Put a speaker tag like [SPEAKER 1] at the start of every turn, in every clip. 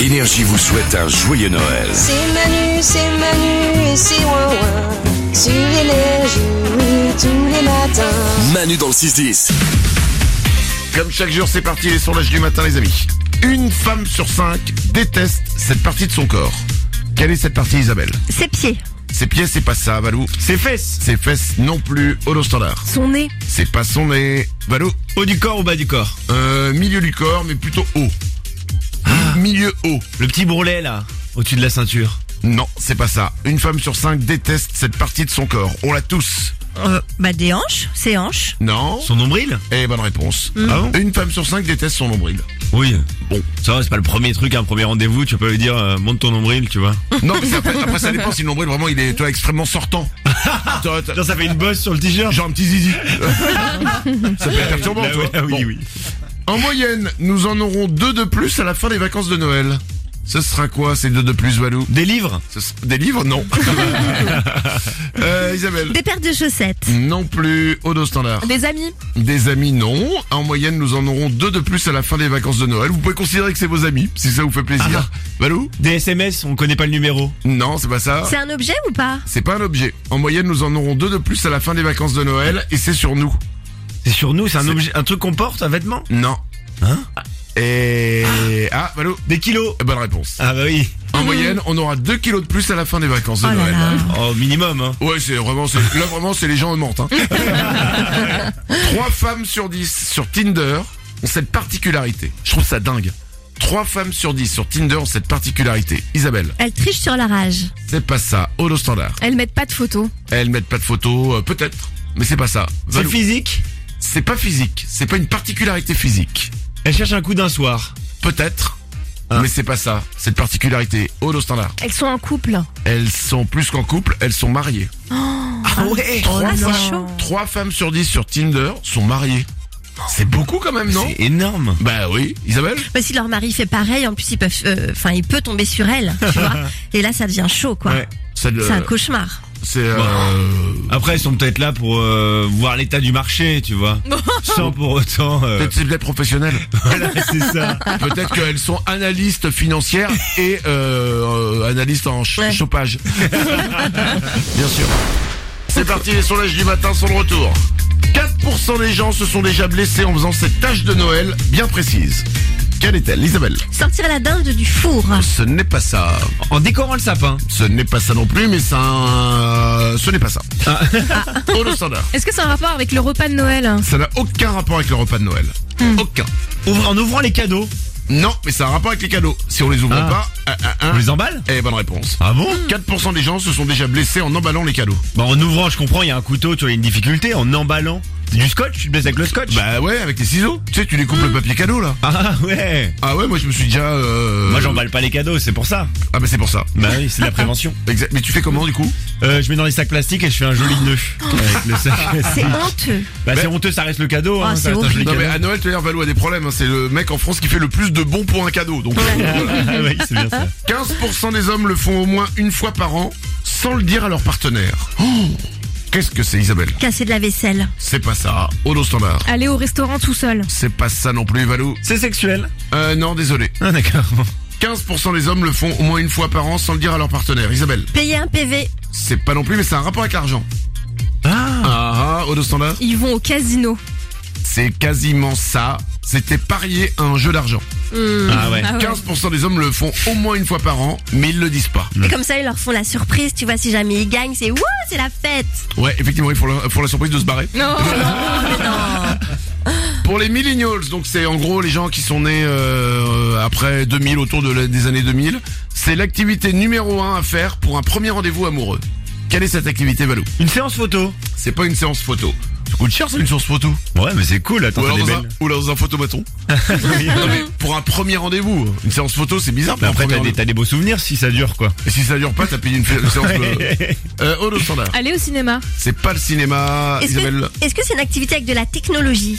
[SPEAKER 1] Énergie vous souhaite un joyeux Noël.
[SPEAKER 2] C'est Manu, c'est Manu et c'est Ouin-Ouin. Sur Énergie, tous les matins.
[SPEAKER 1] Manu dans le 6-10.
[SPEAKER 3] Comme chaque jour, c'est parti les sondages du matin, les amis. Une femme sur cinq déteste cette partie de son corps. Quelle est cette partie, Isabelle
[SPEAKER 4] Ses pieds.
[SPEAKER 3] Ses pieds, c'est pas ça, Valou.
[SPEAKER 5] Ses fesses.
[SPEAKER 3] Ses fesses, non plus. Holo standard.
[SPEAKER 4] Son nez.
[SPEAKER 3] C'est pas son nez. Valou.
[SPEAKER 5] Haut du corps ou bas du corps
[SPEAKER 3] Euh, milieu du corps, mais plutôt haut.
[SPEAKER 5] Ah.
[SPEAKER 3] Milieu haut.
[SPEAKER 5] Le petit bourrelet là, au-dessus de la ceinture.
[SPEAKER 3] Non, c'est pas ça. Une femme sur cinq déteste cette partie de son corps. On l'a tous.
[SPEAKER 4] Euh, bah des hanches. Ses hanches.
[SPEAKER 3] Non
[SPEAKER 5] Son nombril
[SPEAKER 3] Eh, bonne réponse.
[SPEAKER 5] Ah bon
[SPEAKER 3] Une femme sur cinq déteste son nombril.
[SPEAKER 5] Oui. Bon, ça va, c'est pas le premier truc, un premier rendez-vous, tu peux lui dire euh, monte ton nombril, tu vois.
[SPEAKER 3] Non, mais c'est après, après, ça dépend si le nombril vraiment il est toi, extrêmement sortant. Toi, t'as-
[SPEAKER 5] Genre ça fait une bosse sur le t-shirt.
[SPEAKER 3] Genre un petit zizi. ça peut être perturbant,
[SPEAKER 5] Là,
[SPEAKER 3] tu vois.
[SPEAKER 5] Ah ouais, oui,
[SPEAKER 3] Bon.
[SPEAKER 5] oui.
[SPEAKER 3] En moyenne, nous en aurons deux de plus à la fin des vacances de Noël. Ce sera quoi ces deux de plus, Walou
[SPEAKER 5] Des livres
[SPEAKER 3] Ce s- Des livres Non. euh, Isabelle
[SPEAKER 4] Des paires de chaussettes.
[SPEAKER 3] Non plus. Au dos standard.
[SPEAKER 4] Des amis.
[SPEAKER 3] Des amis, non. En moyenne, nous en aurons deux de plus à la fin des vacances de Noël. Vous pouvez considérer que c'est vos amis, si ça vous fait plaisir.
[SPEAKER 5] Ah.
[SPEAKER 3] Valou
[SPEAKER 5] Des SMS, on connaît pas le numéro.
[SPEAKER 3] Non, c'est pas ça.
[SPEAKER 4] C'est un objet ou pas
[SPEAKER 3] C'est pas un objet. En moyenne, nous en aurons deux de plus à la fin des vacances de Noël, et c'est sur nous.
[SPEAKER 5] C'est sur nous, c'est un objet, un truc qu'on porte, un vêtement
[SPEAKER 3] Non.
[SPEAKER 5] Hein
[SPEAKER 3] Et... Ah, Valou
[SPEAKER 5] Des kilos
[SPEAKER 3] Bonne réponse.
[SPEAKER 5] Ah bah oui.
[SPEAKER 3] En moyenne, on aura 2 kilos de plus à la fin des vacances de
[SPEAKER 4] Oh là
[SPEAKER 3] Noël.
[SPEAKER 4] là.
[SPEAKER 5] Au minimum, hein.
[SPEAKER 3] Ouais, c'est vraiment, c'est- là vraiment, c'est les gens mentent. Hein. Trois femmes sur 10 sur Tinder ont cette particularité. Je trouve ça dingue. Trois femmes sur 10 sur Tinder ont cette particularité. Isabelle,
[SPEAKER 4] Elles trichent sur la rage.
[SPEAKER 3] c'est pas ça. Holo standard.
[SPEAKER 4] Elles mettent pas de photos.
[SPEAKER 3] Elles mettent pas de photos, euh, peut-être, mais c'est pas ça.
[SPEAKER 5] C'est
[SPEAKER 3] Valou,
[SPEAKER 5] physique
[SPEAKER 3] C'est pas physique. C'est pas une particularité physique.
[SPEAKER 5] Elle cherche un coup d'un soir.
[SPEAKER 3] Peut-être.
[SPEAKER 5] Hein.
[SPEAKER 3] Mais c'est pas ça, cette particularité. Holo standard.
[SPEAKER 4] Elles sont en couple.
[SPEAKER 3] Elles sont plus qu'en couple, elles sont mariées.
[SPEAKER 5] Ah ouais
[SPEAKER 4] Ah, c'est chaud.
[SPEAKER 3] Trois femmes sur 10 sur Tinder sont mariées. C'est beaucoup quand même, non
[SPEAKER 5] C'est énorme.
[SPEAKER 3] Bah oui, Isabelle
[SPEAKER 4] Bah, si leur mari fait pareil, en plus, ils peuvent, euh, enfin, il peut tomber sur elle, tu vois. Et là, ça devient chaud, quoi.
[SPEAKER 5] Ouais.
[SPEAKER 3] C'est
[SPEAKER 4] C'est un cauchemar.
[SPEAKER 3] c'est,
[SPEAKER 5] Bah,
[SPEAKER 3] euh,
[SPEAKER 5] Après, ils sont peut-être là pour euh, voir l'état du marché, tu vois. Sans pour autant. euh,
[SPEAKER 3] peut-être c'est des professionnels.
[SPEAKER 5] voilà, c'est ça.
[SPEAKER 3] Peut-être qu'elles sont analystes financières et euh, euh, analystes en ch-
[SPEAKER 4] Ouais.
[SPEAKER 3] chopage. Bien sûr. C'est parti, les sondages du matin sont de retour. 4% des gens se sont déjà blessés en faisant cette tâche de Noël bien précise. Quelle est-elle, Isabelle
[SPEAKER 4] Sortir la dinde du four.
[SPEAKER 3] Ce n'est pas ça.
[SPEAKER 5] En décorant le sapin.
[SPEAKER 3] Ce n'est pas ça non plus, mais ça... euh, ce n'est pas ça.
[SPEAKER 5] Ah.
[SPEAKER 3] Au le standard.
[SPEAKER 6] Est-ce que c'est un rapport avec le repas de Noël Hmm.
[SPEAKER 3] Ça n'a aucun rapport avec le repas de Noël. Aucun.
[SPEAKER 5] Ouvre- en ouvrant les cadeaux.
[SPEAKER 3] Non, mais ça a un rapport avec les cadeaux. Si on les ouvre
[SPEAKER 5] Ah.
[SPEAKER 3] pas, un, un,
[SPEAKER 5] On
[SPEAKER 3] un.
[SPEAKER 5] les emballe
[SPEAKER 3] Eh, bonne réponse.
[SPEAKER 5] Ah bon
[SPEAKER 3] 4% des gens se sont déjà blessés en emballant les cadeaux.
[SPEAKER 5] Bah en ouvrant, je comprends, il y a un couteau, tu as une difficulté en emballant. C'est du scotch, tu te blesses avec le scotch
[SPEAKER 3] Bah ouais, avec les ciseaux. Tu sais, tu découpes le papier cadeau là.
[SPEAKER 5] Ah ouais
[SPEAKER 3] Ah ouais, moi je me suis déjà. Euh...
[SPEAKER 5] Moi j'emballe pas les cadeaux, c'est pour ça.
[SPEAKER 3] Ah bah c'est pour ça.
[SPEAKER 5] Bah oui, c'est de la prévention.
[SPEAKER 3] Exact. Mais tu fais comment du coup
[SPEAKER 5] Euh, je mets dans les sacs plastiques et je fais un joli nœud avec le sac.
[SPEAKER 4] C'est honteux.
[SPEAKER 5] Bah c'est honteux, ça reste le cadeau.
[SPEAKER 4] Ah,
[SPEAKER 5] hein,
[SPEAKER 4] c'est
[SPEAKER 5] ça reste un joli
[SPEAKER 3] Non mais
[SPEAKER 5] cadeau.
[SPEAKER 3] à Noël, tu l'air Valou a des problèmes. hein. C'est le mec en France qui fait le plus de bons pour un cadeau. Donc
[SPEAKER 5] Ah ouais, c'est bien ça.
[SPEAKER 3] 15% des hommes le font au moins une fois par an sans le dire à leur partenaire. Oh Qu'est-ce que c'est Isabelle
[SPEAKER 4] Casser de la vaisselle.
[SPEAKER 3] C'est pas ça. Au dos standard.
[SPEAKER 6] Aller au restaurant tout seul.
[SPEAKER 3] C'est pas ça non plus, Valou.
[SPEAKER 5] C'est sexuel
[SPEAKER 3] Euh, non, désolé.
[SPEAKER 5] Ah d'accord.
[SPEAKER 3] 15% des hommes le font au moins une fois par an sans le dire à leur partenaire. Isabelle,
[SPEAKER 4] Payer un PV.
[SPEAKER 3] c'est pas non plus, mais c'est un rapport avec l'argent.
[SPEAKER 5] Ah
[SPEAKER 3] Ah ah, au dos standard.
[SPEAKER 6] Ils vont au casino.
[SPEAKER 3] C'est quasiment ça. C'était parier à un jeu d'argent.
[SPEAKER 5] Ah ouais.
[SPEAKER 6] Ah ouais.
[SPEAKER 3] 15% des hommes le font au moins une fois par an, mais ils le disent pas.
[SPEAKER 4] Et comme ça, ils leur font la surprise, tu vois, si jamais ils gagnent, c'est wouh, c'est la fête.
[SPEAKER 3] Ouais, effectivement, ils font la, font la surprise de se barrer.
[SPEAKER 6] Non,
[SPEAKER 3] Pour les millennials, donc c'est en gros les gens qui sont nés euh, après 2000, autour de la- des années 2000, c'est l'activité numéro 1 à faire pour un premier rendez-vous amoureux. Quelle est cette activité, Valou
[SPEAKER 5] Une séance photo
[SPEAKER 3] C'est pas une séance photo. Ça coûte cher, c'est une séance photo.
[SPEAKER 5] Ouais mais c'est cool, attends,
[SPEAKER 3] Ou alors,
[SPEAKER 5] t'as des
[SPEAKER 3] dans un,
[SPEAKER 5] belles.
[SPEAKER 3] ou alors dans un photomaton. Non, mais pour un premier rendez-vous, une séance photo, c'est bizarre. Pour
[SPEAKER 5] Mais
[SPEAKER 3] un
[SPEAKER 5] Après
[SPEAKER 3] premier
[SPEAKER 5] t'as des,
[SPEAKER 3] rendez-vous.
[SPEAKER 5] t'as des beaux souvenirs si ça dure quoi.
[SPEAKER 3] Et si ça dure pas, t'as payé une, f- une séance. euh, euh, Holo standard.
[SPEAKER 6] aller au cinéma.
[SPEAKER 3] C'est pas le cinéma,
[SPEAKER 4] Est-ce
[SPEAKER 3] Ah, Isabelle.
[SPEAKER 4] que est-ce que c'est une activité avec de la technologie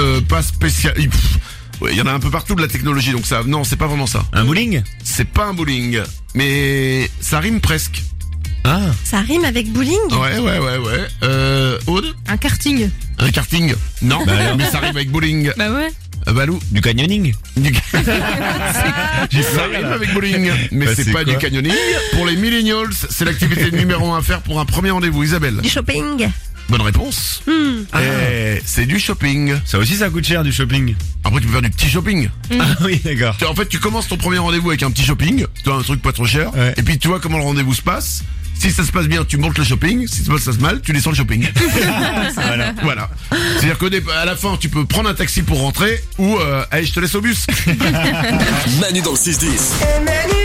[SPEAKER 3] Euh, pas spécial. Il pff, ouais, il y en a un peu partout de la technologie, donc ça. Non, c'est pas vraiment ça.
[SPEAKER 5] Un bowling
[SPEAKER 3] C'est pas un bowling, mais ça rime presque.
[SPEAKER 5] Ah
[SPEAKER 4] Ça rime avec bowling
[SPEAKER 3] Ouais, ouais, ouais, ouais. Euh, Aude,
[SPEAKER 6] Un karting.
[SPEAKER 5] Bah,
[SPEAKER 3] un karting. Non, mais ça rime avec bowling.
[SPEAKER 6] Bah ouais.
[SPEAKER 3] Ah bah, Lou,
[SPEAKER 5] Du canyoning
[SPEAKER 3] du- Ça rime avec bowling, mais
[SPEAKER 5] Bah,
[SPEAKER 3] c'est
[SPEAKER 5] c'est
[SPEAKER 3] pas
[SPEAKER 5] quoi
[SPEAKER 3] du canyoning. Pour les millennials, c'est l'activité numéro un à faire pour un premier rendez-vous. Isabelle,
[SPEAKER 4] Du shopping.
[SPEAKER 3] bonne réponse.
[SPEAKER 5] Ah.
[SPEAKER 3] Eh, c'est du shopping.
[SPEAKER 5] Ça aussi, ça coûte cher du shopping.
[SPEAKER 3] Après, tu peux faire du petit shopping.
[SPEAKER 5] Ah oui, d'accord.
[SPEAKER 3] Tu- En fait, tu commences ton premier rendez-vous avec un petit shopping, tu as un truc pas trop cher,
[SPEAKER 5] Ouais.
[SPEAKER 3] et puis tu vois comment le rendez-vous se passe. Si ça se passe bien, tu montes le shopping. Si ça se passe mal, tu descends le shopping. voilà. Voilà. C'est-à-dire qu'à la fin, tu peux prendre un taxi pour rentrer ou euh, Allez, je te laisse au bus.
[SPEAKER 1] Manu dans le 6-10.
[SPEAKER 2] Et Manu